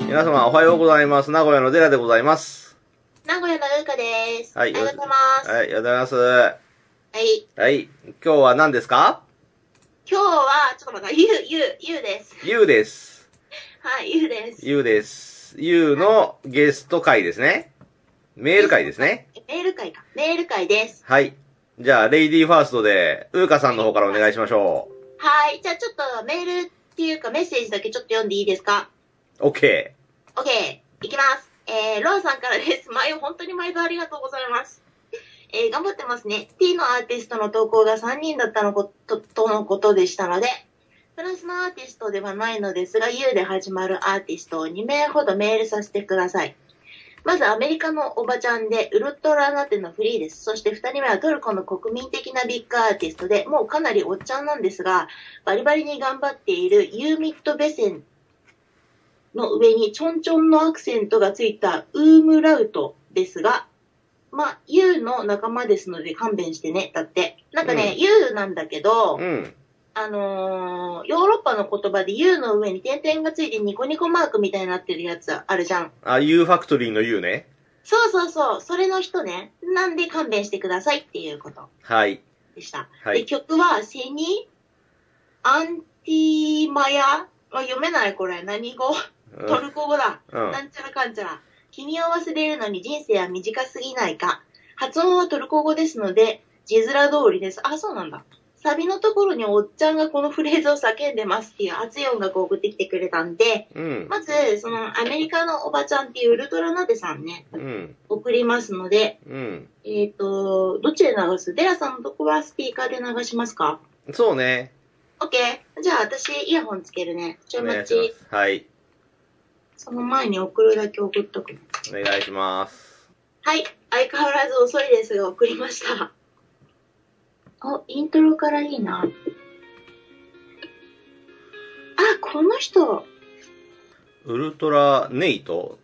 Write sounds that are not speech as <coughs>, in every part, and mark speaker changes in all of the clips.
Speaker 1: 皆様おはようございます。名古屋のデラでございます。
Speaker 2: 名古屋のうーかです。
Speaker 1: はい
Speaker 2: おはようございます。
Speaker 1: はい、ありがとうございます。は
Speaker 2: はい。
Speaker 1: い、今日は何ですか
Speaker 2: 今日は、ちょっと待って、ゆ <laughs> う、ゆう、ゆうです。
Speaker 1: ゆうです。
Speaker 2: はい、ゆうです。
Speaker 1: ゆうです。ゆうのゲスト会ですね。メール会ですね。
Speaker 2: メール会か。メール会です。
Speaker 1: はい。じゃあ、レイディーファーストで、うーかさんの方からお願いしましょ
Speaker 2: はい。じゃあちょっとメールっていうかメッセージだけちょっと読んでいいですか
Speaker 1: う。オッケ
Speaker 2: ?OK。いきます。えー、ロンさんからです。 <laughs> 毎本当に毎度ありがとうございます。えー、頑張ってますね。T のアーティストの投稿が3人だったのこと、とのことでしたので、フランスのアーティストではないのですが、U で始まるアーティストを2名ほどメールさせてください。まずアメリカのおばちゃんで、ウルトララテのフリーです。そして2人目はトルコの国民的なビッグアーティストで、もうかなりおっちゃんなんですが、バリバリに頑張っているユーミットベセンの上にちょんちょんのアクセントがついたウームラウトですが、まあ、ユーの仲間ですので勘弁してね。だって。なんかね、ユ、ー、なんだけど、
Speaker 1: ー。うん。
Speaker 2: あのーヨーロッパの言葉で U の上に点々がついてニコニコマークみたいになってるやつあるじゃん。
Speaker 1: あ、ゆうファクトリーのゆうね。
Speaker 2: そうそうそう、それの人ね。なんで勘弁してくださいっていうこと
Speaker 1: はい。
Speaker 2: でした。
Speaker 1: は
Speaker 2: で、
Speaker 1: い。
Speaker 2: 曲は、セニ、アンティマヤ、あ読めないこれ。何語
Speaker 1: う
Speaker 2: ト
Speaker 1: ん。
Speaker 2: ルコ語だ。
Speaker 1: うん
Speaker 2: なんちゃらかんちゃら。君を忘れるのに人生は短すぎないか。発音はトルコ語ですので、字面通りです。あ、そうなんだ。サビのところにおっちゃんがこのフレーズを叫んでますっていう熱い音楽を送ってきてくれたんで、
Speaker 1: うん。
Speaker 2: まず、そのアメリカのおばちゃんっていうウルトラナテさんね、
Speaker 1: うん。
Speaker 2: 送りますので、
Speaker 1: うん。
Speaker 2: えっ、と、どっちで流すデラさんのとこはスピーカーで流しますか
Speaker 1: そうね。
Speaker 2: ?OK。じゃあ私、イヤホンつけるね。ちょ
Speaker 1: お
Speaker 2: い待
Speaker 1: 願いし
Speaker 2: ち、
Speaker 1: ます。はい。
Speaker 2: その前に送るだけ送っとくね。
Speaker 1: お願いします。
Speaker 2: はい。相変わらず遅いですが、送りました。お、イントロからいいな。あ、この人、
Speaker 1: ウルトラネイト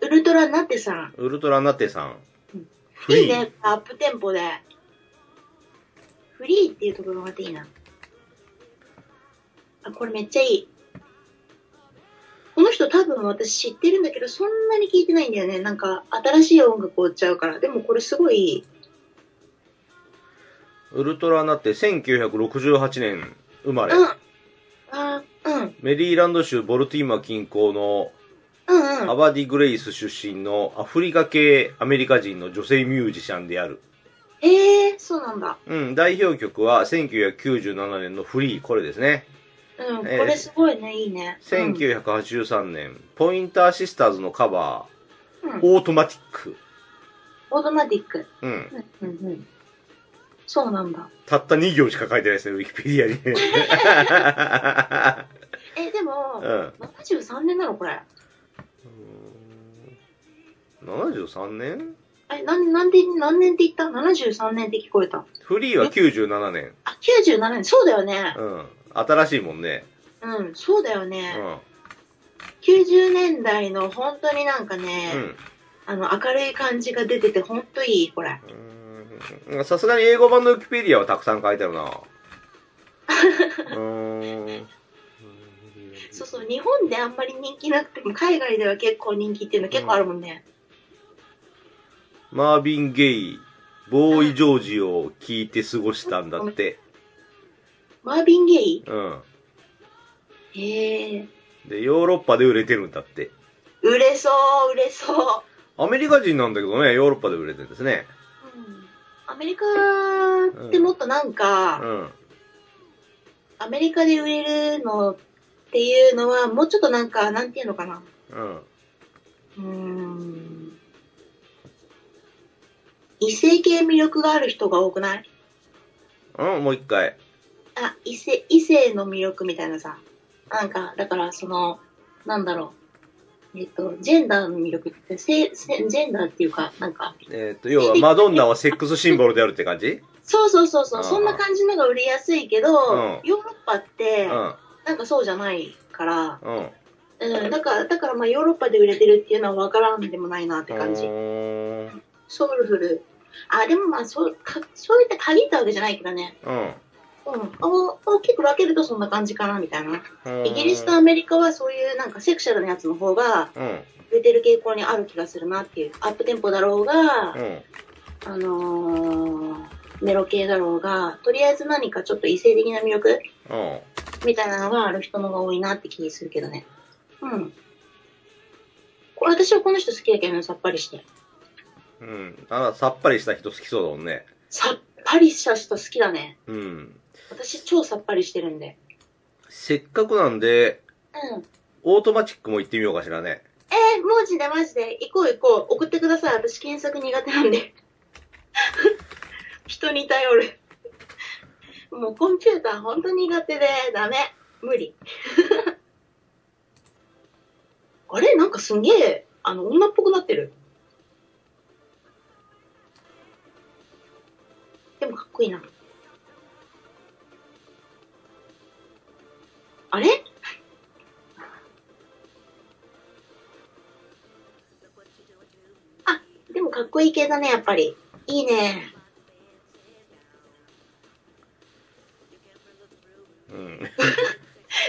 Speaker 2: ウルトラナテさん。
Speaker 1: ウルトラナテさん
Speaker 2: うん。
Speaker 1: フ
Speaker 2: いい
Speaker 1: リ
Speaker 2: ね
Speaker 1: ー。、
Speaker 2: アップテンポで。フリーっていうところがまたいいな。あ、これめっちゃいい。この人多分私知ってるんだけど、そんなに聞いてないんだよね。なんか、新しい音楽を追っちゃうから。でもこれすごいいい。
Speaker 1: ウルトラナテ1968年生まれ。
Speaker 2: うん。あーうん。
Speaker 1: メリーランド州ボルティーマ近郊の
Speaker 2: うんうん。
Speaker 1: アバディ・グレイス出身のアフリカ系アメリカ人の女性ミュージシャンである。
Speaker 2: ええー、そうなんだ。
Speaker 1: うん、代表曲は1997年のフリー、これですね。
Speaker 2: うん、
Speaker 1: えー
Speaker 2: これすごいね、いいね。うん
Speaker 1: 1983年、ポインターシスターズのカバ
Speaker 2: う
Speaker 1: ー、
Speaker 2: ん、
Speaker 1: オートマティック。
Speaker 2: オートマティック。
Speaker 1: うん。
Speaker 2: うんうんうん。そうなんだ。
Speaker 1: たった2行しか書いてないですね、ウィキペディアに。
Speaker 2: <laughs> え、でも、
Speaker 1: うん。
Speaker 2: 73年なのこれ。
Speaker 1: うーん73年
Speaker 2: え、なん、なんで、何年って言った ?73 年って聞こえた。
Speaker 1: フリーは97年。
Speaker 2: あ、97年、そうだよね。
Speaker 1: うん。新しいもんね。
Speaker 2: うん、そうだよ
Speaker 1: う
Speaker 2: ね。
Speaker 1: ん。
Speaker 2: 90年代の本当になんかね、
Speaker 1: うん
Speaker 2: あの、明るい感じが出てて、本当いい、これ。
Speaker 1: うん。さすがに英語版のウィキペディアはたくさん書いてあるな。うーん。
Speaker 2: そうそう、日本であんまり人気なくても、海外では結構人気っていうの結構あるもんね。
Speaker 1: マービン・ゲイ、ボーイ・ジョージを聞いて過ごしたんだって。
Speaker 2: マービン・ゲイ
Speaker 1: うん。
Speaker 2: へえ。
Speaker 1: で、ヨーロッパで売れてるんだって。
Speaker 2: 売れそう、売れそう。
Speaker 1: アメリカ人なんだけどね、ヨーロッパで売れてるんですね。
Speaker 2: うんアメリカってもっとなんか、
Speaker 1: うん。
Speaker 2: アメリカで売れるのっていうのは、もうちょっとなんか、なんていうのかな。
Speaker 1: うん。
Speaker 2: うーん。異性系魅力がある人が多くない
Speaker 1: うん、もう一回。
Speaker 2: あ、異性、異性の魅力みたいなさ。なんか、だからその、なんだろう。えっと、ジェンダーの魅力って、せせジェンダーっていうか、なんか、
Speaker 1: えっ、と、要は、マドンナはセックスシンボルであるって感じ
Speaker 2: そうそうそうそ
Speaker 1: あ
Speaker 2: う、
Speaker 1: ー
Speaker 2: そんな感じのが売れやすいけど、
Speaker 1: うん
Speaker 2: ヨーロッパっ
Speaker 1: う、
Speaker 2: て
Speaker 1: ん。
Speaker 2: なんかそうじゃないから、
Speaker 1: うん。
Speaker 2: うん、だから、だからまあヨーロッパで売れてるっていうのは分からんでもないなって感
Speaker 1: う
Speaker 2: じ。
Speaker 1: ーん
Speaker 2: ソウルフル。あ、でもまあそう、かそういった限ったわけじゃないけどね。
Speaker 1: うん。
Speaker 2: うん。お、お大きく分けるとそんな感じかな、みたいな。
Speaker 1: うん
Speaker 2: イギリスとアメリカはそういうなんかセクシャルなやつの方が
Speaker 1: うん。
Speaker 2: 売れてる傾向にある気がするなっていう。アップテンポだろうが、
Speaker 1: うん。
Speaker 2: あのーメロ系だろうが、とりあえず何かちょっと異性的な魅力
Speaker 1: うん。
Speaker 2: みたいなのがある人の方が多いなって気にするけどね。うん。これ私はこの人好きだけどね、さっぱりして。
Speaker 1: うん。あら、さっぱりした人好きそうだもんね。
Speaker 2: さっぱりした人好きだね。
Speaker 1: うん。
Speaker 2: 私超さっぱりしてるんで。
Speaker 1: せっかくなんで、
Speaker 2: うん。
Speaker 1: オートマチックも行ってみようかしらね。
Speaker 2: えー、文字でマジで、行こう行こう。送ってください。私検索苦手なんで。 <laughs> 人に頼る。もうコンピューター本当苦手で、ダメ。無理。 <laughs> あれなんかすんげえ、あの、女っぽくなってる。でもかっこいいな。あれでもかっこいい系だね、やっぱり。いいね。
Speaker 1: うん。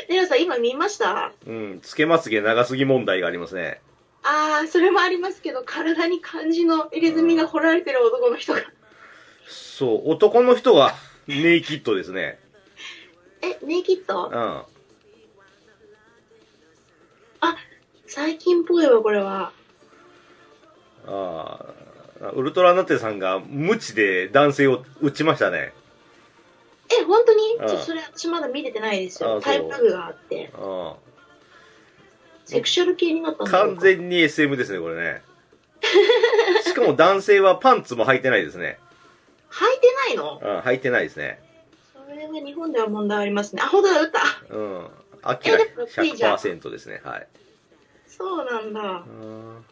Speaker 2: ネロさん、今見ました
Speaker 1: うん。つけまつげ長すぎ問題がありますね。
Speaker 2: あー、それもありますけど、体に漢字の入れ墨が彫られてる男の人が。
Speaker 1: そう、男の人がネイキッドですね。
Speaker 2: <laughs> え、ネイキッド
Speaker 1: うん。
Speaker 2: 最近っぽいわ、これは。
Speaker 1: ああ、ウルトラナテさんが無知で男性を撃ちましたね。
Speaker 2: え、本当に
Speaker 1: うん
Speaker 2: ちょっとそれ私まだ見れてないです
Speaker 1: あ
Speaker 2: よ。
Speaker 1: ー
Speaker 2: タイムラグがあって。
Speaker 1: うん。
Speaker 2: セクシャル系になったんだろう
Speaker 1: 完
Speaker 2: か
Speaker 1: 全に SM ですね、これ
Speaker 2: <laughs>
Speaker 1: ね。しかも男性はパンツも履いてないですね。
Speaker 2: 履いてないの
Speaker 1: うん、履いてないですね。
Speaker 2: それは日本では問題ありますね。あ、ほんとだ、打った。
Speaker 1: うん。アキラ
Speaker 2: えでもいいじゃん
Speaker 1: 100%ですね、はい。
Speaker 2: そうなんだ
Speaker 1: う。ん。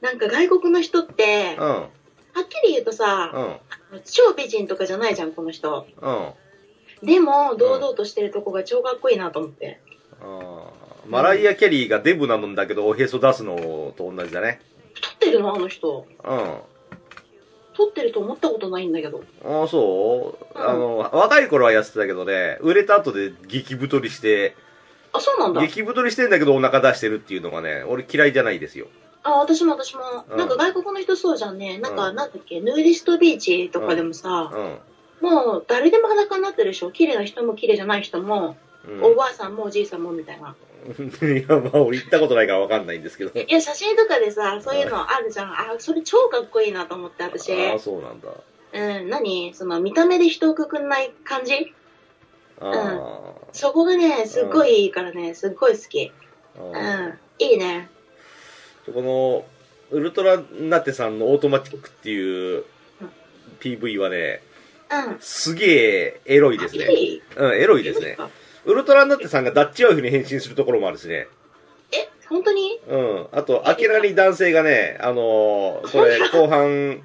Speaker 2: なんか外国の人って、は
Speaker 1: うん。
Speaker 2: っきり言うと
Speaker 1: う
Speaker 2: さ、
Speaker 1: ん。
Speaker 2: 超美人とかじゃないじゃん、この人。
Speaker 1: うん。
Speaker 2: でも、堂々としてるとこが超かっこいいなと思って。
Speaker 1: あーマライア・キャリーがデブなんだけど、おへそ出すのと同じだね。
Speaker 2: 撮ってるのあの人。
Speaker 1: うん。あ
Speaker 2: 撮ってると思ったことないんだけど。
Speaker 1: あ、そう
Speaker 2: うん
Speaker 1: あの、若い頃は痩せてたけどね、売れた後で激太りして、
Speaker 2: あ、そうなんだ。
Speaker 1: 激太りしてんだけどお腹出してるっていうのがね、俺嫌いじゃないですよ。
Speaker 2: あ、私も私も。
Speaker 1: うん
Speaker 2: なんか外国の人そうじゃんね。なんか、
Speaker 1: うん
Speaker 2: なんだっけ、ヌーディストビーチとかでも
Speaker 1: う
Speaker 2: さ、
Speaker 1: ん。
Speaker 2: もう誰でも裸になってるでしょ。綺麗な人も綺麗じゃない人も、
Speaker 1: うん、
Speaker 2: おばあさんもおじいさんもみたいな。
Speaker 1: <laughs> いや、まあ、俺行ったことないからわかんないんですけど。
Speaker 2: いや、写真とかでさ、そういうのあるじゃん。あ、それ超かっこいいなと思って、 <laughs> 私。
Speaker 1: ああ、
Speaker 2: う
Speaker 1: そうなんだ。
Speaker 2: ん、何その見た目で人をくくんない感じ
Speaker 1: あ
Speaker 2: そこがね、すっごいいいからね、すっごい好き。
Speaker 1: あ、
Speaker 2: う
Speaker 1: ああ
Speaker 2: ん、いいね。
Speaker 1: この、ウルトラナテさんのオートマティックっていう PV はね、
Speaker 2: うん。
Speaker 1: すげえエロいです
Speaker 2: <laughs>
Speaker 1: ね。
Speaker 2: いい
Speaker 1: うん、エロいですね。ウルトラナテさんがダッチワイフに変身するところもあるしね。
Speaker 2: え、本当に
Speaker 1: うん。あと、明らかに男性がね、あのーこれ、後半、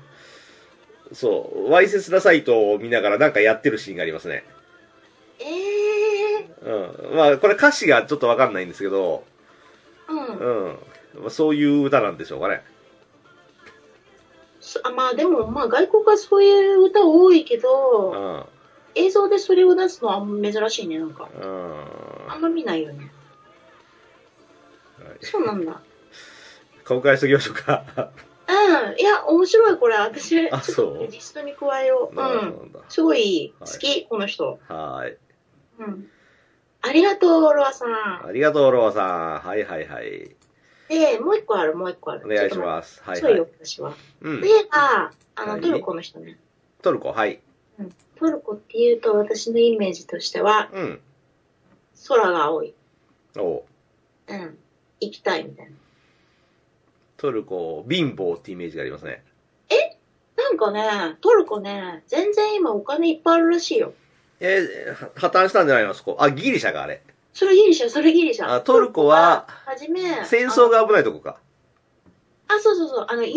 Speaker 1: そう、わいせつなサイトを見ながらなんかやってるシーンがありますね。
Speaker 2: ええ
Speaker 1: うん。まあ、これ歌詞がちょっとわかんないんですけど、
Speaker 2: うん。
Speaker 1: うん。まあそういう歌なんでしょうかね。
Speaker 2: そあまあでも、まあ外国はそういう歌多いけ
Speaker 1: う
Speaker 2: ど、
Speaker 1: ん。
Speaker 2: 映像でそれを出すのは珍しいね、なんか。
Speaker 1: うん。
Speaker 2: あんま見ないよね。そうなんだ。
Speaker 1: 公開しときましょうか。
Speaker 2: うん。いや、面白い、これ。私、ちょ
Speaker 1: あ
Speaker 2: っ
Speaker 1: そう
Speaker 2: とリストに加え <laughs> よう。う
Speaker 1: なるほ
Speaker 2: ん。
Speaker 1: どなんだ。
Speaker 2: すごい好
Speaker 1: はい
Speaker 2: き、この人。
Speaker 1: はーい。
Speaker 2: うん。ありがとう、ロアさん。
Speaker 1: ありがとう、ロアさん。はいはいはい。
Speaker 2: で、もう一個ある、もう一個ある。
Speaker 1: お願いします。はい
Speaker 2: そう
Speaker 1: は
Speaker 2: よ
Speaker 1: い。、
Speaker 2: 私は。
Speaker 1: うん
Speaker 2: とい。えば、あ
Speaker 1: は
Speaker 2: の、
Speaker 1: い
Speaker 2: トルコの人ね。
Speaker 1: トルコ、はい。
Speaker 2: トルコっていうと、私のイメージとしては、
Speaker 1: うん。
Speaker 2: 空が青い。
Speaker 1: おう
Speaker 2: うん。行きたいみたいな。
Speaker 1: トルコ、貧乏ってイメージがありますね。
Speaker 2: なんかね、トルコね、全然今お金いっぱいあるらしいよ。
Speaker 1: えーは破綻したんじゃないのそこ。あ、ギリシャがあれ。
Speaker 2: それギリシャ、それギリシャ。
Speaker 1: あトルコは
Speaker 2: トルコはじめ、
Speaker 1: 戦争
Speaker 2: が。
Speaker 1: が危ないとこか。
Speaker 2: あ、そうそうそう、あの、UK、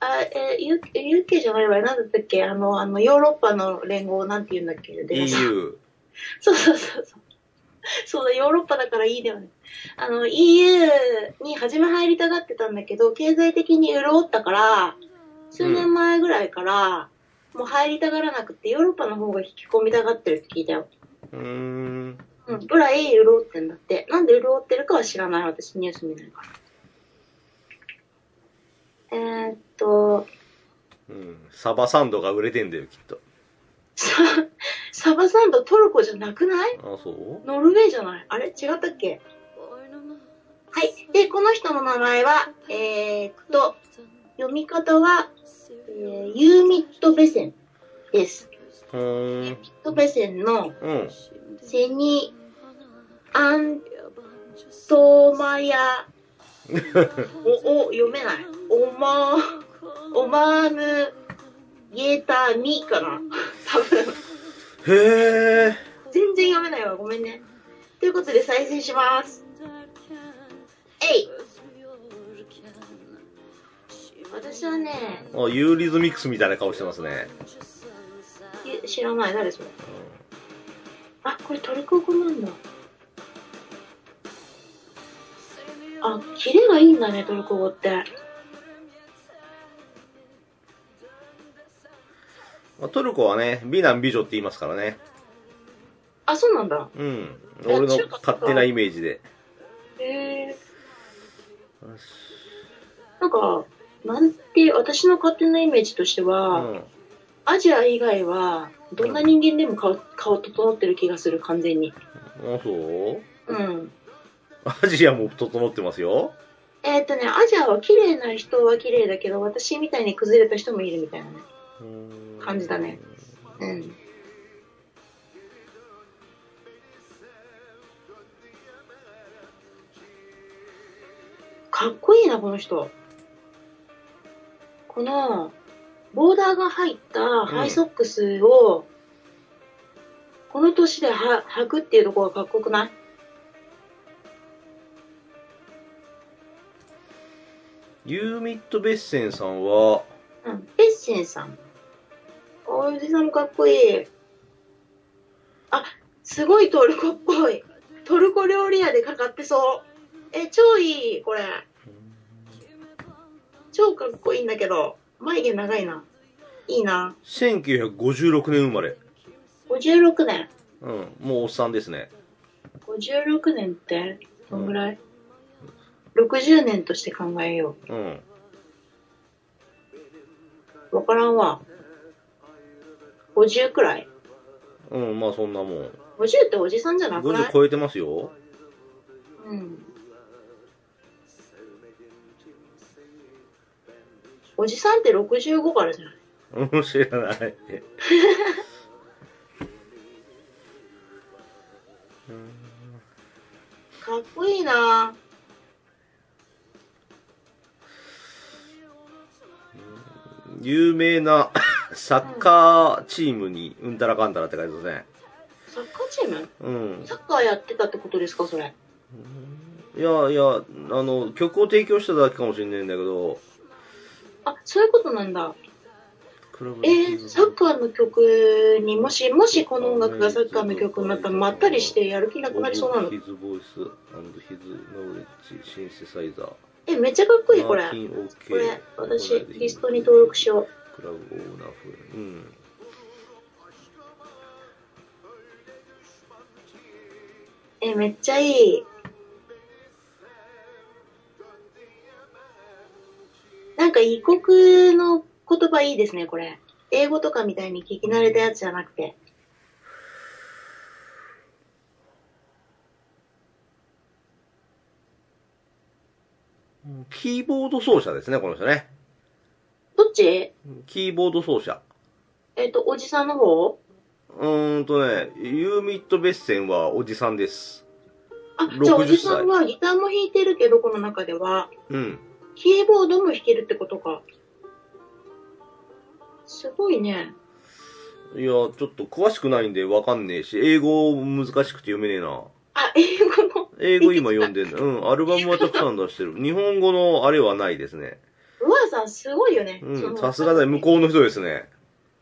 Speaker 2: あえー、U- UK じゃないわよ、なんだったっけ、あの、あの、ヨーロッパの連合、なんて言うんだっけ、で
Speaker 1: EU。
Speaker 2: そうそうそうそう。そうだ、ヨーロッパだからいいだよね。あの、EU に初め入りたがってたんだけど、経済的に潤ったから、数年前ぐらいから、もう入りたがらなくて、ヨーロッパの方が引き込みたがってるって聞いたよ。
Speaker 1: うーん。
Speaker 2: うん、ブライ潤ってんだって。なんで潤ってるかは知らない。私ニュース見ないから。えー、っと、
Speaker 1: うん。サバサンドが売れてんだよ、きっと。
Speaker 2: サ、サバサンドトルコじゃなくない
Speaker 1: あ、そう
Speaker 2: ノルウェーじゃないあれ違ったっけはい。で、この人の名前は、えー、っと、読み方は、えーユーミット・ベセンです。
Speaker 1: うー
Speaker 2: ユーミ
Speaker 1: ん。
Speaker 2: ット・ベセンの
Speaker 1: うん。
Speaker 2: セニ・アントマヤお、お、読めない。オマー、オマーム・ゲータ・ミかな多分。
Speaker 1: へえ。
Speaker 2: 全然読めないわ。ごめんね。ということで再生します。えい私はね、
Speaker 1: あ、ユーリズミックスみたいな顔してますね。
Speaker 2: ゆ知らない。誰それあ、これトルコ語なんだ。あ、キレがいいんだね、トルコ語って。
Speaker 1: まあ、トルコはね、美男美女って言いますからね。
Speaker 2: あ、そうなんだ。
Speaker 1: うん。
Speaker 2: え
Speaker 1: 俺の
Speaker 2: 中華とか
Speaker 1: 勝手なイメージで。
Speaker 2: へえ。なんか、なんて、私の勝手なイメージとして
Speaker 1: う
Speaker 2: は、
Speaker 1: ん。
Speaker 2: アジア以外は、どんな人間でも顔、顔整ってる気がする、完全に。
Speaker 1: あ、そう <laughs>
Speaker 2: うん。
Speaker 1: アジアも整ってますよ。
Speaker 2: えーっ、とね、アジアは綺麗な人は綺麗だけど、私みたいに崩れた人もいるみたいなね。
Speaker 1: うーん
Speaker 2: 感じだね。うん。かっこいいな、この人。この、ボーダーが入ったハイソックスを、この年では履くっていうところがかっこよくない
Speaker 1: ユーミット・ベッセンさんは、
Speaker 2: うん。ペッシンさん。おじさんもかっこいい。あ、すごいトルコっぽい。トルコ料理屋でかかってそう。え、超いい、これ。超かっこいいんだけど、眉毛長いな。いいな。
Speaker 1: 1956年生まれ。
Speaker 2: 56年。
Speaker 1: うん。もうおっさんですね。
Speaker 2: 56年って、どんぐらい、?60 年として考えよ
Speaker 1: うん。
Speaker 2: う。わからんわ。50くらい
Speaker 1: うん、まあそんなもん。
Speaker 2: ?50 っておじさんじゃなくな
Speaker 1: 50
Speaker 2: い
Speaker 1: 超えてますよ。
Speaker 2: うん。おじさんって65からじゃない
Speaker 1: うん、知らない。
Speaker 2: かっこいいな
Speaker 1: 有名な <coughs> サッカーチームにうんたらかんたらって感じですね。
Speaker 2: サッカーチーム
Speaker 1: うん。
Speaker 2: サッカーやってたってことですかそれ。
Speaker 1: いやいや、あの、曲を提供しただけかもしれないんだけど、
Speaker 2: あ、そういうことなんだ。
Speaker 1: クラブの
Speaker 2: え
Speaker 1: チーム
Speaker 2: ー、サッカーの曲にもし、もしこの音楽がサッカーの曲になったらまったりしてやる気なくなりそうなの
Speaker 1: ヒ。ズボイスヒズノレッジシンセサイザー。かっ
Speaker 2: え、めっちゃかっこいいこれ。こ
Speaker 1: こ
Speaker 2: れ、私、リストに登録しよう。
Speaker 1: クラブオーナーフレうん。
Speaker 2: え、めっちゃいい。なんか異国の言葉いいですね、これ。英語とかみたいに聞き慣れたやつじゃなくて。
Speaker 1: キーボード奏者ですね、この人ね。
Speaker 2: どっち
Speaker 1: キーボード奏者。
Speaker 2: えっ、と、おじさんの方
Speaker 1: うーんとね、ユーミット・ベッセンはおじさんです。
Speaker 2: あ、
Speaker 1: 60
Speaker 2: じゃあおじさんはギターも弾いてるけど、この中では。
Speaker 1: うん。
Speaker 2: キーボードも弾けるってことか。すごいね。
Speaker 1: いや、ちょっと詳しくないんでわかんねえし、英語難しくて読めねえな。
Speaker 2: あ、英語も。
Speaker 1: 英語今読んで
Speaker 2: <laughs>
Speaker 1: んの。うん、アルバムはたくさん出してる。日本語のあれはないですね。
Speaker 2: うわさん、すごいよね。
Speaker 1: う
Speaker 2: その
Speaker 1: ん、さすがだ、向こうの人ですね。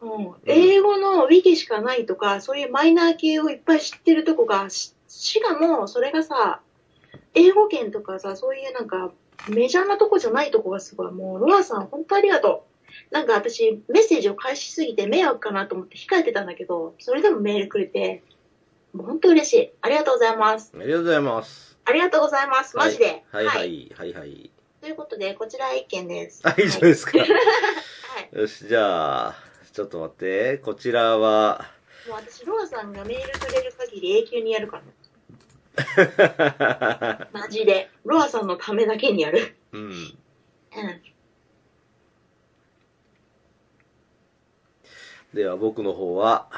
Speaker 2: うん、英語のウィキしかないとか、そういうマイナー系をいっぱい知ってるとこが、ししかもそれがさ、英語圏とかさ、そういうなんかメジャーなとこじゃないとこがすごい。もう、ロアさん、本当ありがとう。なんか私、メッセージを返しすぎて迷惑かなと思って控えてたんだけど、それでもメールくれて、もう本当嬉しい。ありがとうございます。
Speaker 1: ありがとうございます。
Speaker 2: ありがとうございます。マジで。
Speaker 1: はいはい、はいはい。
Speaker 2: ということで、こちら一件です。
Speaker 1: あ、以上ですか。
Speaker 2: はい。
Speaker 1: よし、じゃあ、ちょっと待って。こちらは、
Speaker 2: もう私、ロアさんがメールくれる限り永久にやるか
Speaker 1: <laughs>
Speaker 2: ら。マジで。ロアさんのためだけにやる。
Speaker 1: うん。
Speaker 2: うん。
Speaker 1: では、僕の方は、
Speaker 2: は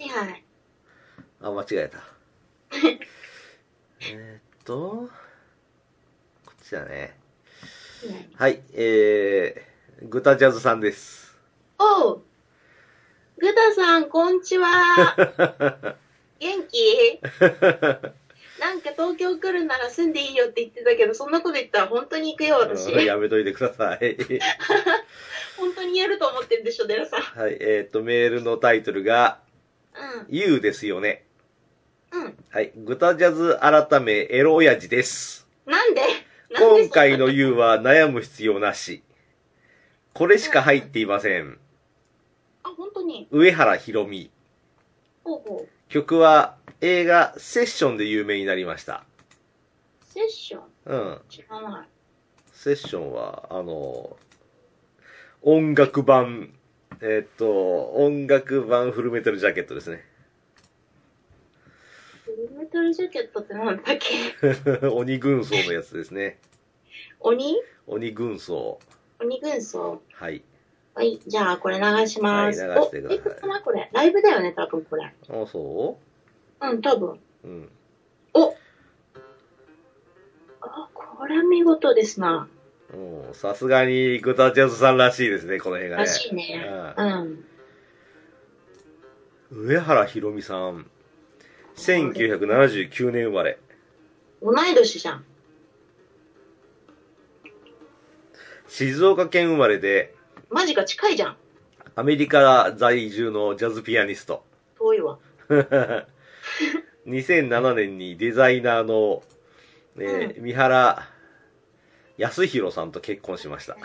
Speaker 2: いはい。
Speaker 1: あ、間違え
Speaker 2: <laughs>
Speaker 1: た。えーっと、こっちだね。
Speaker 2: うん
Speaker 1: はい、えー、グタジャズさんです。
Speaker 2: おうグタさん、こんに
Speaker 1: <laughs>
Speaker 2: ちは。元気なんか東京来るなら住んでいいよって言ってたけど、そんなこと言ったら本当に行くよ、私。
Speaker 1: <laughs> やめといてください。
Speaker 2: 本当にやると思ってるでしょ、デラさん。
Speaker 1: はい、えーっと、メールのタイトルが、You ですよね。
Speaker 2: うん。うん。
Speaker 1: はい、グタジャズ改めエロ親父です。
Speaker 2: なんでなんで
Speaker 1: 今回の You は悩む必要なし。これしか入っていません。
Speaker 2: あ、本当に。
Speaker 1: 上原ひろみ。
Speaker 2: ほうほう。
Speaker 1: 曲は映画セッションで有名になりました。
Speaker 2: セッション
Speaker 1: うん。
Speaker 2: 知らない。
Speaker 1: セッションは、あの、音楽版、えっと、音楽版フルメタルジャケットですね。 <laughs>
Speaker 2: フルメタルジャケットってなんだっけ <laughs>
Speaker 1: 鬼軍曹のやつですね。
Speaker 2: 鬼
Speaker 1: 鬼軍曹。
Speaker 2: 鬼軍曹。
Speaker 1: はい。
Speaker 2: はい、じゃあこれ流します。
Speaker 1: はい流してください
Speaker 2: お、いくつかなこれ。ライブだよね、多分これ。
Speaker 1: あ、そ
Speaker 2: うん、多分。
Speaker 1: ううん。
Speaker 2: あ、これは見事ですな。
Speaker 1: うんさすがにグタジャズさんらしいですね、この映画ね
Speaker 2: ら。しいね。
Speaker 1: うん
Speaker 2: うん。
Speaker 1: 上原ひろみさん。1979年生まれ。
Speaker 2: 同い年じゃん。
Speaker 1: 静岡県生まれで、
Speaker 2: マジか近いじゃん。
Speaker 1: アメリカ在住のジャズピアニスト。
Speaker 2: 遠いわ。
Speaker 1: 2007年にデザイナーの、えー三原康弘さんと結婚しました。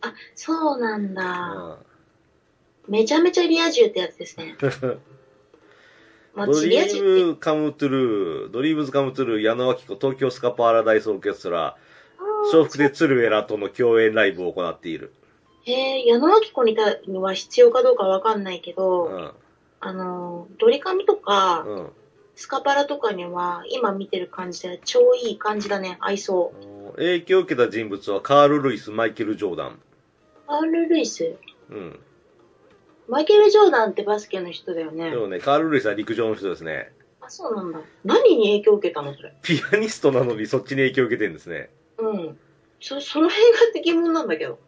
Speaker 2: あ、そうなんだ。
Speaker 1: うん
Speaker 2: めちゃめちゃリア充ってやつで
Speaker 1: <laughs>
Speaker 2: すね。まあ、
Speaker 1: ドリ
Speaker 2: リア充って
Speaker 1: ームカムトゥルー、ドリームズカムトゥルー、矢野明子、東京スカパーラダイスオーケストラ、
Speaker 2: あ
Speaker 1: 笑福で鶴瓶らとの共演ライブを行っている。
Speaker 2: ー、へえ、矢野明子にたには必要かどうかわかんないけ
Speaker 1: う
Speaker 2: ど、
Speaker 1: ん。
Speaker 2: あの、ドリカムとか、
Speaker 1: うん。
Speaker 2: スカパラとかには、今見てる感じで、超いい感じだね。合いそう。
Speaker 1: 影響を受けた人物はカール・ルイス、マイケル・ジョーダン。
Speaker 2: カール・ルイス。
Speaker 1: うん。
Speaker 2: マイケル・ジョーダンってバスケの人だよね
Speaker 1: で。もね、カール・ルイスは陸上の人ですね。
Speaker 2: あ、そうなんだ。何に影響を受けたのそれ。
Speaker 1: ピアニストなのにそっちに影響を受けてるんですね。
Speaker 2: うん。そ、その辺が疑問なんだけど。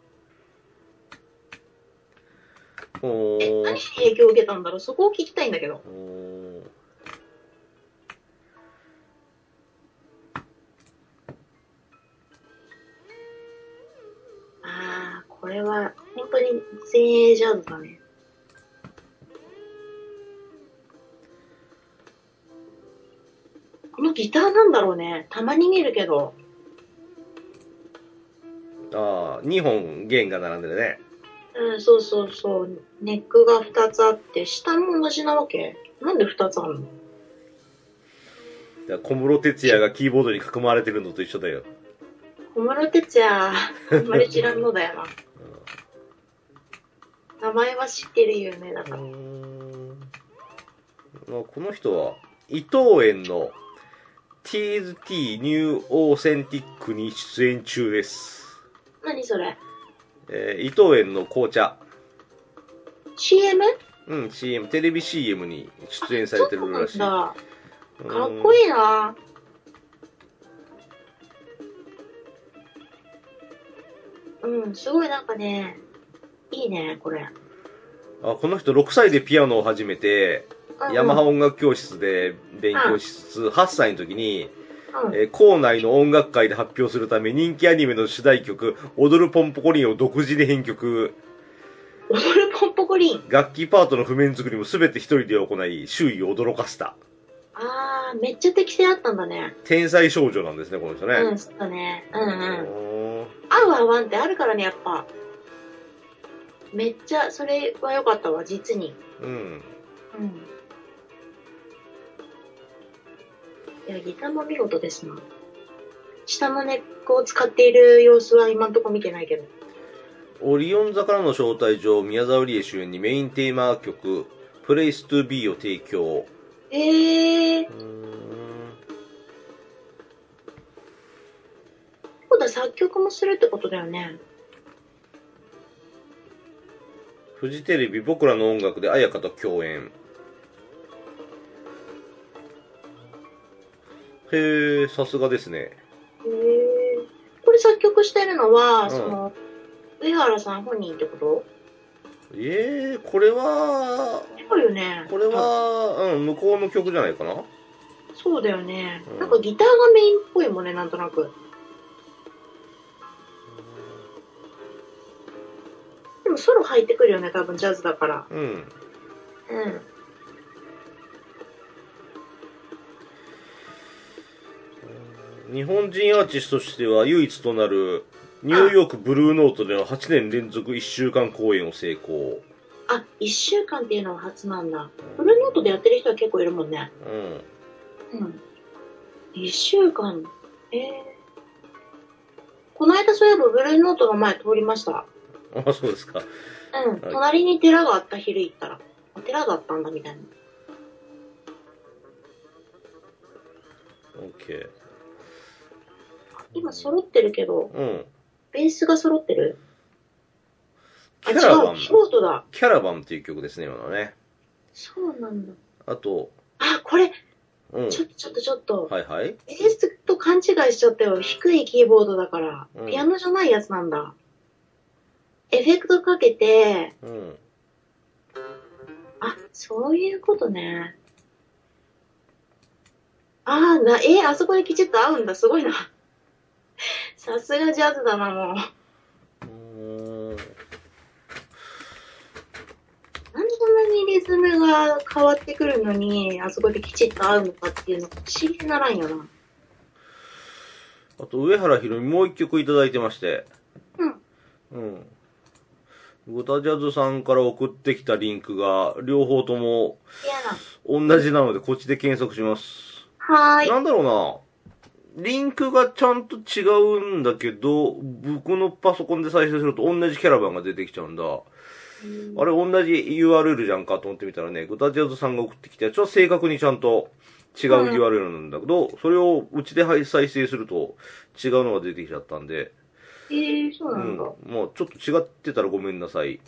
Speaker 1: ほ
Speaker 2: え、
Speaker 1: ー
Speaker 2: 何に影響を受けたんだろうそこを聞きたいんだけど。
Speaker 1: おー
Speaker 2: あー、これは、本当に前衛ジャズだね。このギターなんだろうね。たまに見るけど。
Speaker 1: ああ、2本弦が並んでるね。
Speaker 2: うん、そうそうそう。ネックが2つあって、下も同じなわけなんで2つあるの
Speaker 1: だから小室哲哉がキーボードに囲まれてるのと一緒だよ。
Speaker 2: 小室哲 <laughs> 哉、あんまり知らんのだよな。名前は知ってる有名だ
Speaker 1: う
Speaker 2: から。
Speaker 1: ーんまあこの人は、伊藤園の T's T ニューオーセンティックに出演中です。
Speaker 2: 何それ
Speaker 1: えー伊藤園の紅茶。
Speaker 2: ?CM?
Speaker 1: うん、CM、テレビ CM に出演され
Speaker 2: そ
Speaker 1: て
Speaker 2: う
Speaker 1: る
Speaker 2: な
Speaker 1: ら
Speaker 2: ん
Speaker 1: しい。
Speaker 2: だ。かっ
Speaker 1: う
Speaker 2: こ
Speaker 1: ん
Speaker 2: いいな。うん、すごいなんかね、いいね、これ。
Speaker 1: あこの人6歳でピアノを始めて、
Speaker 2: うん
Speaker 1: ヤマハ音楽教室で勉強しつつ、8歳の時に、
Speaker 2: うん
Speaker 1: えー校内の音楽会で発表するため人気アニメの主題曲、踊るポンポコリンを独自で編曲、
Speaker 2: 踊るポンポコリン。
Speaker 1: 楽器パートの譜面作りも全て一人で行い、周囲を驚かせた。
Speaker 2: あー、めっちゃ適性あったんだね。
Speaker 1: 天才少女なんですね、この人ね。
Speaker 2: うん、そうだね。うんうん。
Speaker 1: おー
Speaker 2: 合う合わんってあるからね、やっぱ。めっちゃ、それは良かったわ、実に。
Speaker 1: うん。
Speaker 2: うん。いや、ギターも見事ですな。下のネックを使っている様子は今んとこ見てないけど。
Speaker 1: オリオン座からの招待状、宮沢りえ主演にメインテーマ曲、プレイス to be を提供。
Speaker 2: えー
Speaker 1: う、ーん。
Speaker 2: 今度は作曲もするってことだよね。
Speaker 1: フジテレビ僕らの音楽で綾香と共演。へえ、さすがですね。
Speaker 2: へえこれ作曲してるのは、
Speaker 1: うん
Speaker 2: その、上原さん本人ってこと
Speaker 1: ええこれは、
Speaker 2: そうよね。
Speaker 1: これは、うん、向こうの曲じゃないかな
Speaker 2: そうだよね、
Speaker 1: うん
Speaker 2: なんかギターがメインっぽいもんね、なんとなく。でもソロ入ってくるよね、多分ジャズだから。
Speaker 1: うん。
Speaker 2: うん。
Speaker 1: 日本人アーティストとしては唯一となるニューヨークブルーノートでの8年連続1週間公演を成功。
Speaker 2: あ、一週間っていうのは初なんだ。ブルーノートでやってる人は結構いるもんね。
Speaker 1: うん。
Speaker 2: うん。一週間。ええこの間そういえばブルーノートの前通りました。
Speaker 1: あ、そうですか。
Speaker 2: うん。
Speaker 1: はい
Speaker 2: 隣に寺があった昼行ったら。あ寺だったんだみたいな。
Speaker 1: OK。
Speaker 2: 今揃ってるけど、
Speaker 1: うん。
Speaker 2: ベースが揃ってる
Speaker 1: キ
Speaker 2: あ、違
Speaker 1: ャラバ
Speaker 2: う、
Speaker 1: ン、
Speaker 2: キボートだ。
Speaker 1: キャラバンっていう曲ですね、今のはね。
Speaker 2: そうなんだ。
Speaker 1: あと、
Speaker 2: あ、これ、
Speaker 1: うん。
Speaker 2: ちょっとちょっとちょっと、
Speaker 1: はいはい。
Speaker 2: ベースと勘違いしちゃったよ。低いキーボードだから、
Speaker 1: うん
Speaker 2: ピアノじゃないやつなんだ。エフェクトかけて、
Speaker 1: うん。
Speaker 2: あ、そういうことね。ああ、な、えーあそこできちっと合うんだ。すごいな。 <laughs> さすがジャズだな、も
Speaker 1: う
Speaker 2: う。
Speaker 1: ーん
Speaker 2: なんでそんなにリズムが変わってくるのに、あそこできちっと合うのかっていうのが不思議ならんよな。
Speaker 1: あと、上原ひろみもう一曲いただいてまして。
Speaker 2: うん。
Speaker 1: うん。ゴタジャズさんから送ってきたリンクが、両方とも
Speaker 2: 嫌な。
Speaker 1: 同じなので、こっちで検索します。
Speaker 2: はーい。
Speaker 1: なんだろうな。リンクがちゃんと違うんだけど、僕のパソコンで再生すると同じキャラバンが出てきちゃうんだ。あれ同じ URL じゃんかと思ってみたらね、グタジャズさんが送ってきたやつは正確にちゃんと違う URL なんだけど、それをうちで再生すると違うのが出てきちゃったんで、
Speaker 2: えー、そう
Speaker 1: う
Speaker 2: なん
Speaker 1: ん。
Speaker 2: だ。
Speaker 1: もうちょっと違ってたらごめんなさい。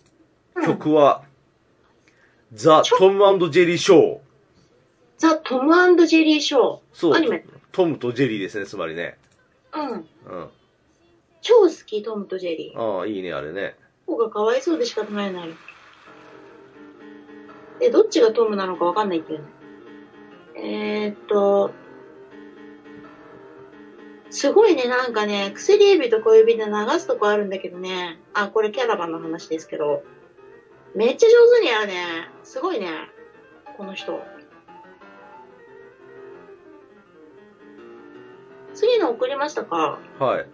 Speaker 2: うん
Speaker 1: 曲は、ザ・
Speaker 2: ちょ
Speaker 1: トムジェリー・ショー。
Speaker 2: ザ・トムジェリーショー。
Speaker 1: そう
Speaker 2: アニメ。
Speaker 1: トムとジェリーですね、つまりね。
Speaker 2: うん。
Speaker 1: うん。
Speaker 2: 超好き、トムとジェリー。
Speaker 1: ああ、いいね、あれね。
Speaker 2: 方がかわいそうで仕方ないな。あれで、どっちがトムなのかわかんないっていうね。えー、っと、すごいね、なんかね、薬指と小指で流すとこあるんだけどね。あ、これキャラバンの話ですけど。めっちゃ上手にやるね。すごいね。この人。次の送りましたか
Speaker 1: はい。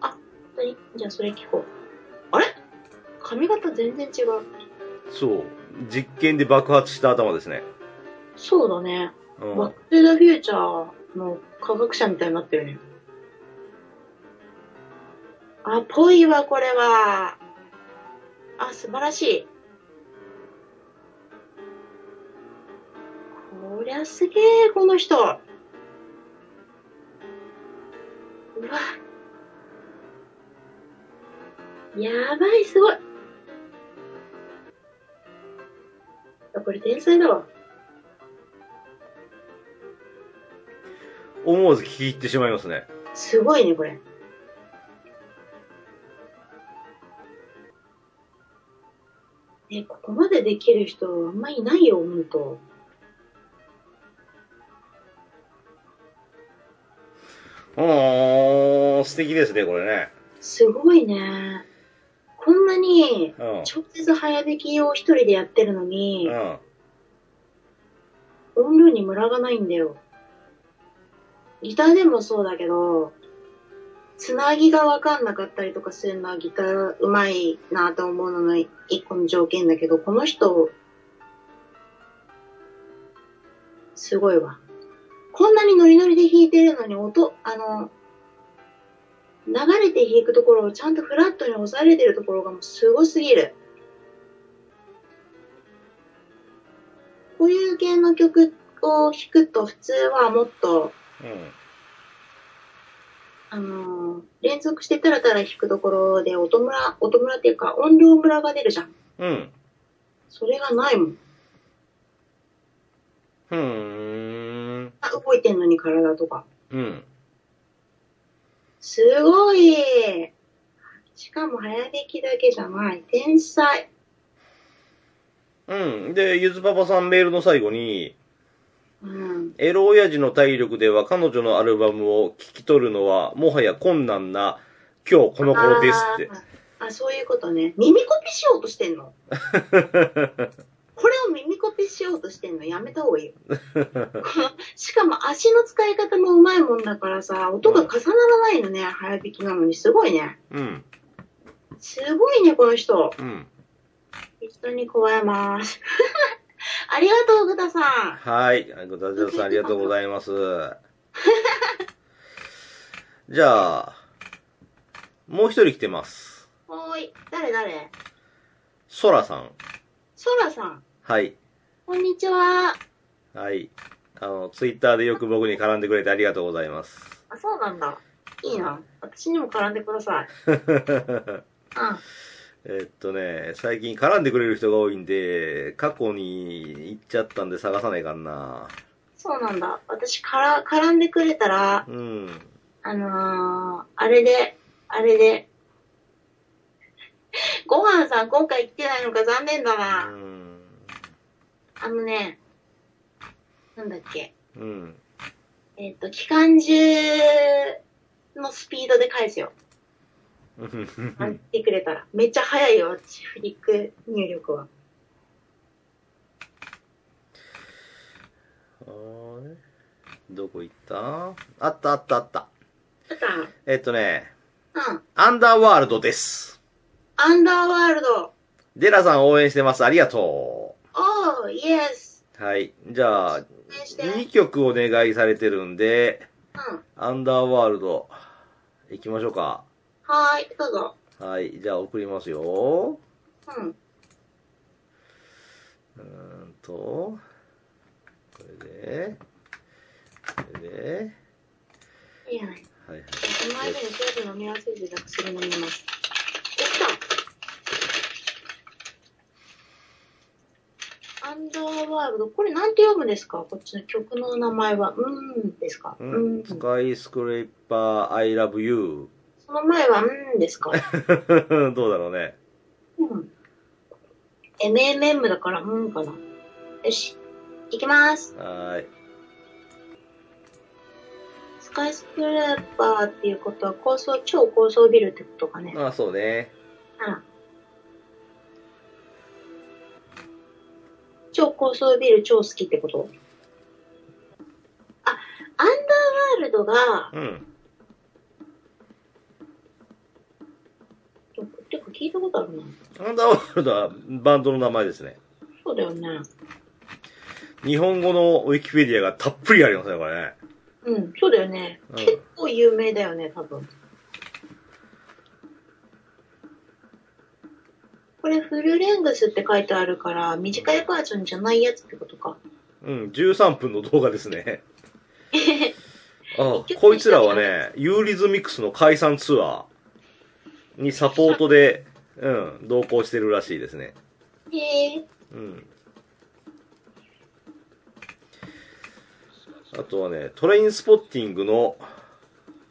Speaker 2: 本当にじゃあそれ聞こう。あれ髪型全然違う。
Speaker 1: そう。実験で爆発した頭ですね。
Speaker 2: そうだね。
Speaker 1: うん。
Speaker 2: バック・トゥ・ザ・フューチャーの科学者みたいになってるね。あ、ぽいわ、これは。あ、素晴らしい。こりゃすげえ、この人。うわ。やばい、すごい。あこれ天才だわ。
Speaker 1: 思わず聞き入ってしまいますね。
Speaker 2: すごいね、これ。ね、ここまでできる人あんまいないよ、ほんと。
Speaker 1: うーん、素敵ですね、これね。
Speaker 2: すごいね。こんなに、
Speaker 1: うん。
Speaker 2: 直接早弾きを一人でやってるのに、
Speaker 1: うん。
Speaker 2: 音量にムラがないんだよ。ギターでもそうだけど、つなぎがわかんなかったりとかするのはギターうまいなと思うのの一個の条件だけど、この人、すごいわ。こんなにノリノリで弾いてるのに音、あの、流れて弾くところをちゃんとフラットに押されてるところがもうすごすぎる。こういう系の曲を弾くと普通はもっと、
Speaker 1: うん。
Speaker 2: あのー連続してたらたら弾くところで音ムラ、音ムラっていうか音量ムラが出るじゃん。
Speaker 1: うん。
Speaker 2: それがないもん。
Speaker 1: ふーん。
Speaker 2: あ動いてんのに体とか。
Speaker 1: うん。
Speaker 2: すごいしかも早弾きだけじゃない。天才。
Speaker 1: うん。で、ゆずパパさんメールの最後に、
Speaker 2: うん。
Speaker 1: エロ親父の体力では彼女のアルバムを聴き取るのはもはや困難な今日この頃ですって。
Speaker 2: あーあ、そういうことね。耳コピしようとしてん
Speaker 1: <laughs>
Speaker 2: のこれを耳コピしようとしてんのやめた方がいいよ。 <laughs> しかも足の使い方もうまいもんだからさ、音が重ならないのね。早弾きなのに。すごいね。
Speaker 1: うん。
Speaker 2: すごいね、この人。
Speaker 1: うん。
Speaker 2: 人に加えます。 <laughs> ありがとう、グタさん。
Speaker 1: はい。あごたじゃさんありがとうございます。じゃあ、もう一人来てます。
Speaker 2: おーい。誰誰
Speaker 1: ソラさん。
Speaker 2: ソラさん。
Speaker 1: はい。
Speaker 2: こんにちは。
Speaker 1: はい。あの、ツイッターでよく僕に絡んでくれてありがとうございます。
Speaker 2: あ、そうなんだ。いいな。私にも絡んでくだ <laughs> さい。うん。
Speaker 1: えっとね、最近絡んでくれる人が多いんで、過去に行っちゃったんで探さないかんな。
Speaker 2: そうなんだ。私から、絡んでくれたら、
Speaker 1: うん。
Speaker 2: あのー、あれで、あれで。 <laughs> ごはんさん、今回来てないのか残念だ
Speaker 1: う
Speaker 2: な。
Speaker 1: ん。
Speaker 2: あのね、なんだっけ。
Speaker 1: うん。
Speaker 2: えっ、と、期間中のスピードで返すよ。やってくれたら。めっちゃ早いよ、私、フリック入力は。
Speaker 1: あれどこ行ったあったあったあった。
Speaker 2: ただ、
Speaker 1: えっとね、
Speaker 2: うん。
Speaker 1: アンダーワールドです。
Speaker 2: アンダーワールド。
Speaker 1: デラさん応援してます。ありがと
Speaker 2: おー、イエス。
Speaker 1: う。はい。じゃあ、
Speaker 2: 応援して。うん
Speaker 1: 2。曲お願いされてるんで、アンダーワールド、行きましょうか。
Speaker 2: はーい、どうぞ。
Speaker 1: はい。じゃあ送りますよ。
Speaker 2: うん。
Speaker 1: うーんと、これで、これで、
Speaker 2: いいやない。
Speaker 1: はいはい。
Speaker 2: その間に全部飲み忘れてた薬飲みます。できた。アンダーワールド。これなんて読むんですかこっちの曲の名前は。うーんですか。う
Speaker 1: う
Speaker 2: ー
Speaker 1: ん、
Speaker 2: ん。
Speaker 1: スカイスクレーパー、I love you。 <laughs>
Speaker 2: その前は、うーんですか。
Speaker 1: どうだろうね。
Speaker 2: うん。MMM だから、うんかな。よし。いきます。
Speaker 1: はーい。
Speaker 2: スカイスクレーパーっていうことは、高層、超高層ビルってことかね。
Speaker 1: まあそうね。
Speaker 2: うん。超高層ビル超好きってことあ、アンダーワールドが、
Speaker 1: うん。
Speaker 2: てか聞いたことあるな。
Speaker 1: アンダーワールドはバンドの名前ですね。
Speaker 2: そうだよね。
Speaker 1: 日本語のウィキペディアがたっぷりありますね、これね。
Speaker 2: うん、そうだよね。
Speaker 1: うん
Speaker 2: 結構有名だよね、多分。これフルレングスって書いてあるから、短いバージョンじゃないやつってことか。
Speaker 1: うん、13分の動画です <laughs> ね。ああこいつらはね、ユーリズミックスの解散ツアーにサポートで、うん、同行してるらしいですね。
Speaker 2: へえ。
Speaker 1: うん。あとはね、トレインスポッティングの、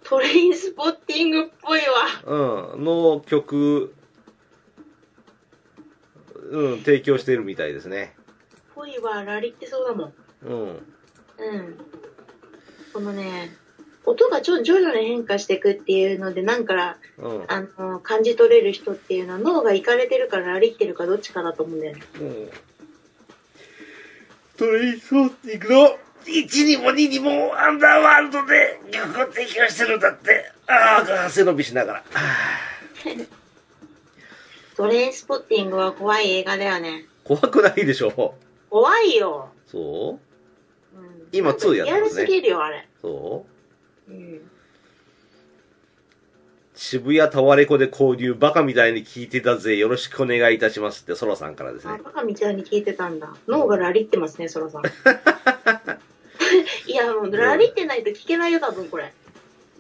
Speaker 2: トレインスポッティングっぽいわ。
Speaker 1: うん、の曲、うん、提供してるみたいですね。
Speaker 2: ぽいわ、ラリってそうだもん。
Speaker 1: うん。
Speaker 2: うん。このね、音がちょ徐々に変化していくっていうので、なんか、
Speaker 1: うん。
Speaker 2: あの、感じ取れる人っていうのは脳がいかれてるからラリってるかどっちかだと思うんだよね。
Speaker 1: うんトレインスポッティングの1にも2にもアンダーワールドで逆行提供してるんだって。ああ、背伸びしながら。
Speaker 2: トレインスポッティングは怖い映画だよね。
Speaker 1: 怖くないでしょ
Speaker 2: 怖いよ。
Speaker 1: そう
Speaker 2: うん
Speaker 1: 今2やって
Speaker 2: リ
Speaker 1: ま
Speaker 2: アル
Speaker 1: すね
Speaker 2: すぎるよ、あれ。
Speaker 1: そう
Speaker 2: うん。
Speaker 1: 渋谷タワレコで交流バカみたいに聞いてたぜ。よろしくお願いいたしますって、ソラさんからです
Speaker 2: あ、
Speaker 1: ね。
Speaker 2: バカみたいに聞いてたんだ。脳がラリってますね、そ
Speaker 1: <laughs>
Speaker 2: らさん。いや、もうラリってないと聞けないよ、多分これ。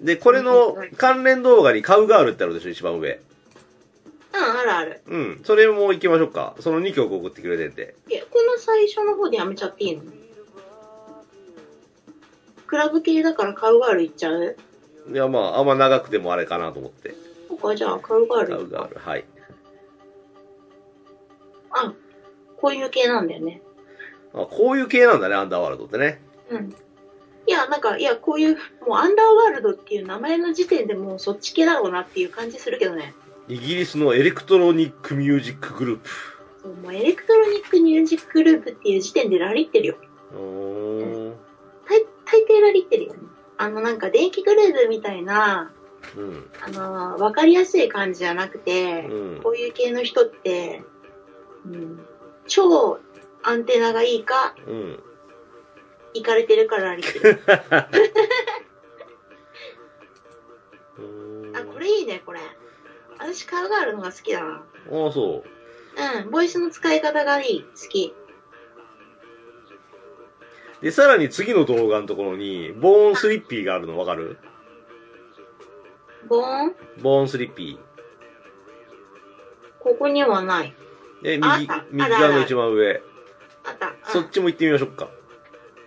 Speaker 1: で、これの関連動画にカウガールってあるでしょ、一番上。
Speaker 2: うん、あるある。
Speaker 1: うん。それも行きましょうか。その2曲送ってくれてんで。
Speaker 2: え、この最初の方でやめちゃっていいのクラブ系だからカウガール行っちゃう
Speaker 1: いや、まあ、あんま長くてもあれかなと思って。
Speaker 2: そっか、じゃあカウガール
Speaker 1: カ
Speaker 2: 行
Speaker 1: ウ
Speaker 2: くか
Speaker 1: ガール、はい。
Speaker 2: あ、こういう系なんだよね。
Speaker 1: あこういう系なんだね、アンダーワールドってね。
Speaker 2: うん。いや、なんか、いや、こういう、もうアンダーワールドっていう名前の時点でもうそっち系だろうなっていう感じするけどね。
Speaker 1: イギリスのエレクトロニックミュージックグループ。
Speaker 2: そうもうエレクトロニックミュージックグループっていう時点でラリってるよ。
Speaker 1: うーん。
Speaker 2: 大大抵ラリってるよね。あの、なんか電気グループみたいな、
Speaker 1: うん。
Speaker 2: あの、わかりやすい感じじゃなくて、
Speaker 1: うん。
Speaker 2: こういう系の人って、うん、超アンテナがいいか、
Speaker 1: うん。
Speaker 2: いかれてるからありき
Speaker 1: <laughs>
Speaker 2: る。あ、これいいね、これ。私、カウガールのが好きだな。
Speaker 1: ああ、そう。
Speaker 2: うん、ボイスの使い方がいい、好き。
Speaker 1: で、さらに次の動画のところに、ボーンスリッピーがあるのわかる
Speaker 2: ボーン
Speaker 1: ボーンスリッピ
Speaker 2: ここにはない。
Speaker 1: ー。で、
Speaker 2: あ
Speaker 1: 右
Speaker 2: あ、
Speaker 1: 右
Speaker 2: あら
Speaker 1: 側
Speaker 2: あ
Speaker 1: の
Speaker 2: ら
Speaker 1: 一番上。
Speaker 2: あった。う
Speaker 1: そ
Speaker 2: ん
Speaker 1: っちも行ってみましょうか。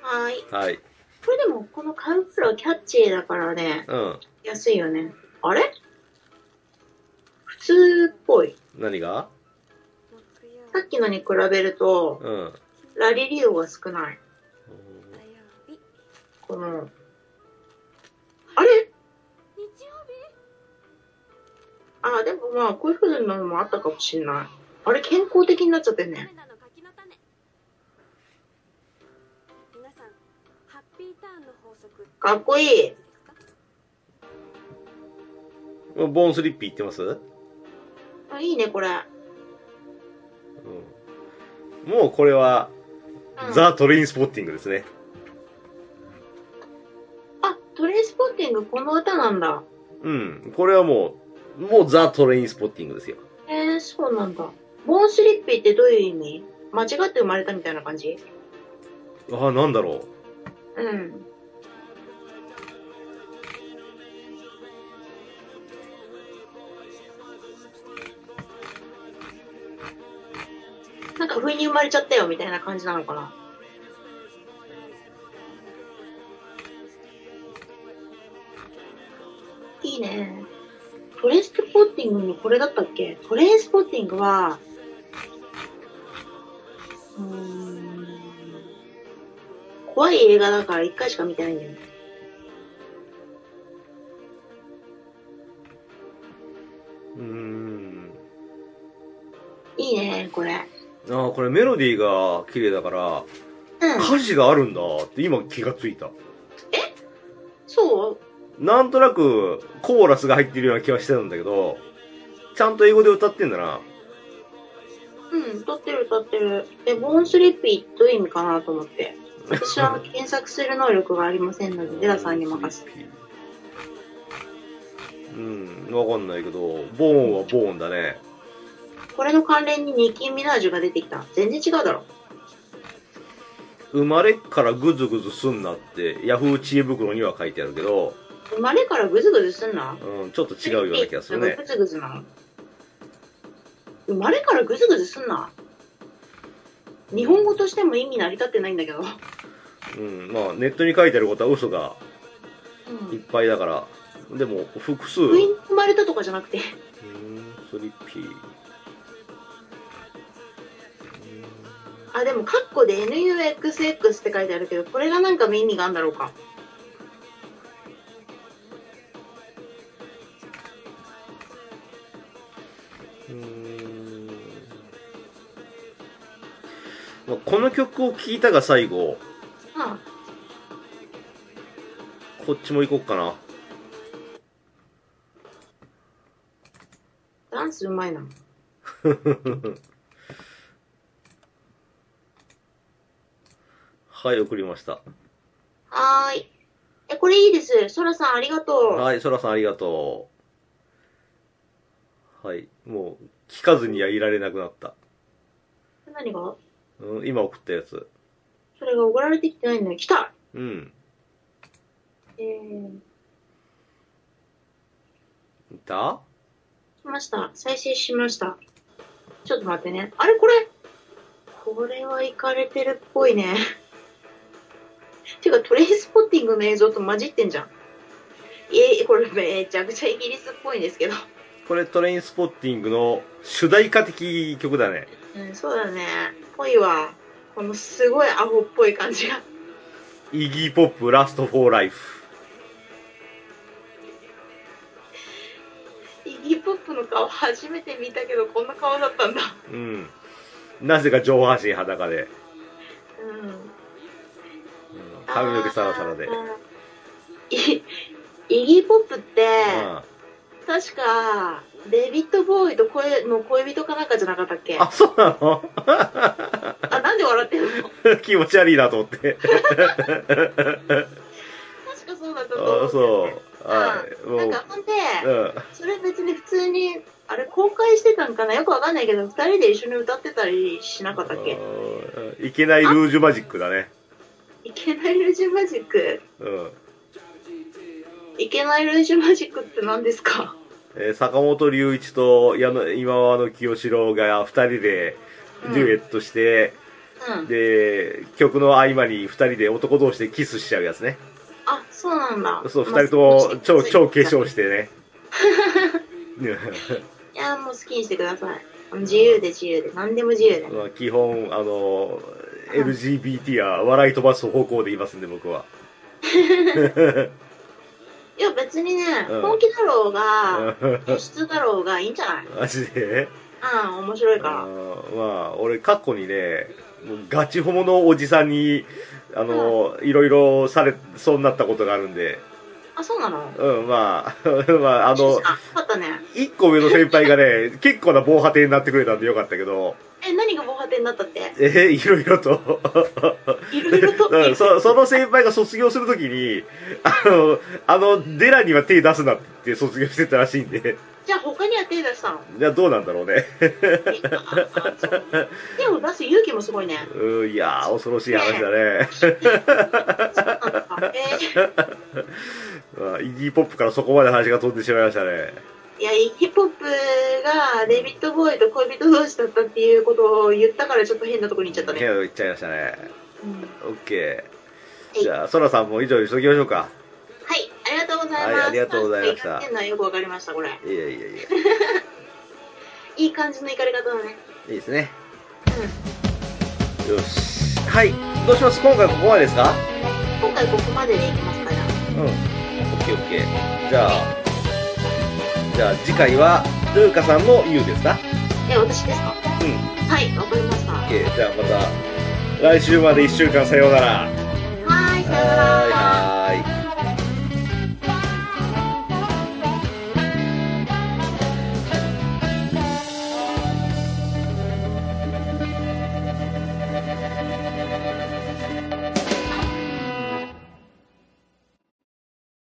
Speaker 2: はーい。
Speaker 1: はい。
Speaker 2: これでも、このカウプロキャッチーだからね、
Speaker 1: うん。
Speaker 2: 安いよね。あれ普通っぽい。
Speaker 1: 何が
Speaker 2: さっきのに比べると、
Speaker 1: うん。
Speaker 2: ラリリオが少ない。この、あれああ、でもまあ、こういう風なのもあったかもしれない。あれ、健康的になっちゃってんね。かっこいい。
Speaker 1: ボーンスリッピー行ってますうん。
Speaker 2: あいいね、これ。
Speaker 1: もうこれは、
Speaker 2: うん
Speaker 1: ザ・トレインスポッティングですね。
Speaker 2: あ、トレインスポッティング、この歌なんだ。
Speaker 1: うん。これはもう、もうザ・トレインスポッティングですよ。
Speaker 2: えー、そうなんだ。ボーンスリッピーってどういう意味間違って生まれたみたいな感じ
Speaker 1: ああ、なんだろ
Speaker 2: うん。なんか不意に生まれちゃったよみたいな感じなのかな。いいね。トレインスポッティングにこれだったっけトレインスポッティングは、うーん、怖い映画だから一回しか見てないんだよね。
Speaker 1: う。うーん。
Speaker 2: いいね、これ。
Speaker 1: ああ、これメロディーが綺麗だから、
Speaker 2: うん。
Speaker 1: 歌詞があるんだって今気がついた。
Speaker 2: そう
Speaker 1: なんとなく、コーラスが入ってるような気はしてたんだけど、ちゃんと英語で歌ってんだな。
Speaker 2: うん、歌ってる歌ってる。え、ボーンスリッピーどういう意味かなと思って。私は検索する能力がありませんので、デラさんに任せて。
Speaker 1: うん、わかんないけど、ボーンはボーンだね。
Speaker 2: これの関連にニッキー・ミナージュが出てきた。全然違うだろ。
Speaker 1: 生まれからグズグズすんなって、ヤフー知恵袋には書いてあるけど、
Speaker 2: 生まれからグズグズすんな
Speaker 1: うん、ちょっと違うような気がするね
Speaker 2: グ。ズグズなの生まれからグズグズすんな日本語としても意味成り立ってないんだけど。
Speaker 1: う
Speaker 2: う
Speaker 1: ん、まあ、ネットに書いてあることは嘘がいっ
Speaker 2: ん。
Speaker 1: ぱいだから、でも、複数、
Speaker 2: 上に生まれたとかじゃなく
Speaker 1: う
Speaker 2: て。
Speaker 1: んスリッピー。
Speaker 2: あ、でも、カッコで NUXX って書いてあるけど、これがなんかの意味があるんだろうか。
Speaker 1: うーんまあこの曲を聴いたが最後
Speaker 2: うん。
Speaker 1: こっちも行こっかな。 <laughs>
Speaker 2: ダンスうまいな。
Speaker 1: はい、送りました。
Speaker 2: はーい。え、これいいです。ソラさんありがとう。
Speaker 1: はい、そらさんありがとう。はい、もう、聞かずにはいられなくなった。
Speaker 2: 何が
Speaker 1: うん、今送ったやつ。
Speaker 2: それが送られてきてないんだよ。来た
Speaker 1: うん。
Speaker 2: えー、
Speaker 1: いた
Speaker 2: 来ました。再生しました。ちょっと待ってね。あれこれこれは行かれてるっぽいね。 <laughs> てか、トレインスポッティングの映像と混じってんじゃん。えー、これめちゃくちゃイギリスっぽいんですけど。
Speaker 1: これトレインスポッティングの主題歌的曲だね。
Speaker 2: うん、そうだね。ぽいわ。このすごいアホっぽい感じが。
Speaker 1: イギーポップラストフォーライフ。
Speaker 2: イギーポップの顔初めて見たけど、こんな顔だったんだ。
Speaker 1: うん。なぜか上半身裸で。
Speaker 2: うん。
Speaker 1: うん、髪の毛サラサラで。うん。
Speaker 2: いイギー・ポップって、確かデビッド・ボーイと声の恋人かなんかじゃなかったっけあ
Speaker 1: あ、そうなの
Speaker 2: なんで笑ってんの確か
Speaker 1: 気持ち悪いなと思
Speaker 2: <laughs>
Speaker 1: って。
Speaker 2: そうだっ
Speaker 1: あ
Speaker 2: たと思う
Speaker 1: そう。はい。
Speaker 2: うん
Speaker 1: も
Speaker 2: なんかほんで、
Speaker 1: う、
Speaker 2: それ別に普通にあれ公開してたんかなよくわかんないけど2人で一緒に歌ってたりしなかったっけ
Speaker 1: うん。いけないルージュマジックだね。
Speaker 2: いけないルージュマジック
Speaker 1: うん。
Speaker 2: いけないルージュマジックって何ですか
Speaker 1: えー坂本龍一と矢野今川の清志郎が二人でデュエットして、
Speaker 2: うん
Speaker 1: で、曲の合間に二人で男同士でキスしちゃうやつね。
Speaker 2: あそうなんだ
Speaker 1: そう、
Speaker 2: まあ
Speaker 1: 二人とも超、超化
Speaker 2: い
Speaker 1: 粧して
Speaker 2: <laughs>
Speaker 1: ね。 <laughs>
Speaker 2: やもう好きにしてくださいあの自由で自由で何でも自由で
Speaker 1: まあ基本、あの、LGBT は笑い飛ばす方向でいますんで、僕は。
Speaker 2: いや別にね、
Speaker 1: うん
Speaker 2: 本気だろうが、
Speaker 1: <laughs> マ
Speaker 2: 演出だろうがいいんじゃない
Speaker 1: ジで
Speaker 2: うん、面白い
Speaker 1: あ
Speaker 2: か
Speaker 1: ーまあ、俺、過去にね、もうガチホモのおじさんに、あの、いろいろされ、そうになったことがあるんで、
Speaker 2: ら。あ、そうなの
Speaker 1: うん、まあ、 <laughs> まあ、あ
Speaker 2: ああ、よ
Speaker 1: の、
Speaker 2: かったね。
Speaker 1: 一個上の先輩がね、結構な防波堤になってくれたんでよかったけど、
Speaker 2: え、何が防波堤になったって
Speaker 1: えー、いろいろと。
Speaker 2: いろいろと。
Speaker 1: うん、そその先輩が卒業するときに、あの、あの、デラには手出すなって言って卒業してたらしいんで、
Speaker 2: じゃあ他には手出したの
Speaker 1: じゃあどうなんだろうね。
Speaker 2: えあそう手を出す勇気もすごいね。
Speaker 1: うん、いやー、恐ろしい話だね。
Speaker 2: な
Speaker 1: <laughs>
Speaker 2: んかえー
Speaker 1: まあイギーポップからそこまで話が飛んでしまいましたね。
Speaker 2: いや、ヒップホップがデビッド・ボーイと恋人同士だったっていうことを言ったからちょっと変なとこに行っちゃった
Speaker 1: い
Speaker 2: ね。
Speaker 1: や言っちゃいましたね。
Speaker 2: うん
Speaker 1: オッケ
Speaker 2: え
Speaker 1: ー。
Speaker 2: い
Speaker 1: じゃあ、ソラさんも以上にしときましょうか。
Speaker 2: はい、ありがとうございます。
Speaker 1: はいありがとうございました
Speaker 2: やってんのはよくわかりました、これ。
Speaker 1: いやいやいや、い
Speaker 2: いい感じの行かれ方だね。
Speaker 1: いですね。
Speaker 2: うん。
Speaker 1: よし。はい。どうします今回ここまでですか
Speaker 2: 今回ここまででいきますかじゃあ
Speaker 1: うん。オッケーオッケー。じゃあ、じゃあ次回は、ルーカさんの U ですか
Speaker 2: え私ですか
Speaker 1: うん。オ
Speaker 2: はいわかりましたは
Speaker 1: ッケー。じゃあまた、来週まで1週間さようなら。は
Speaker 2: ーいさような
Speaker 1: ー
Speaker 2: ら
Speaker 1: い。はーい。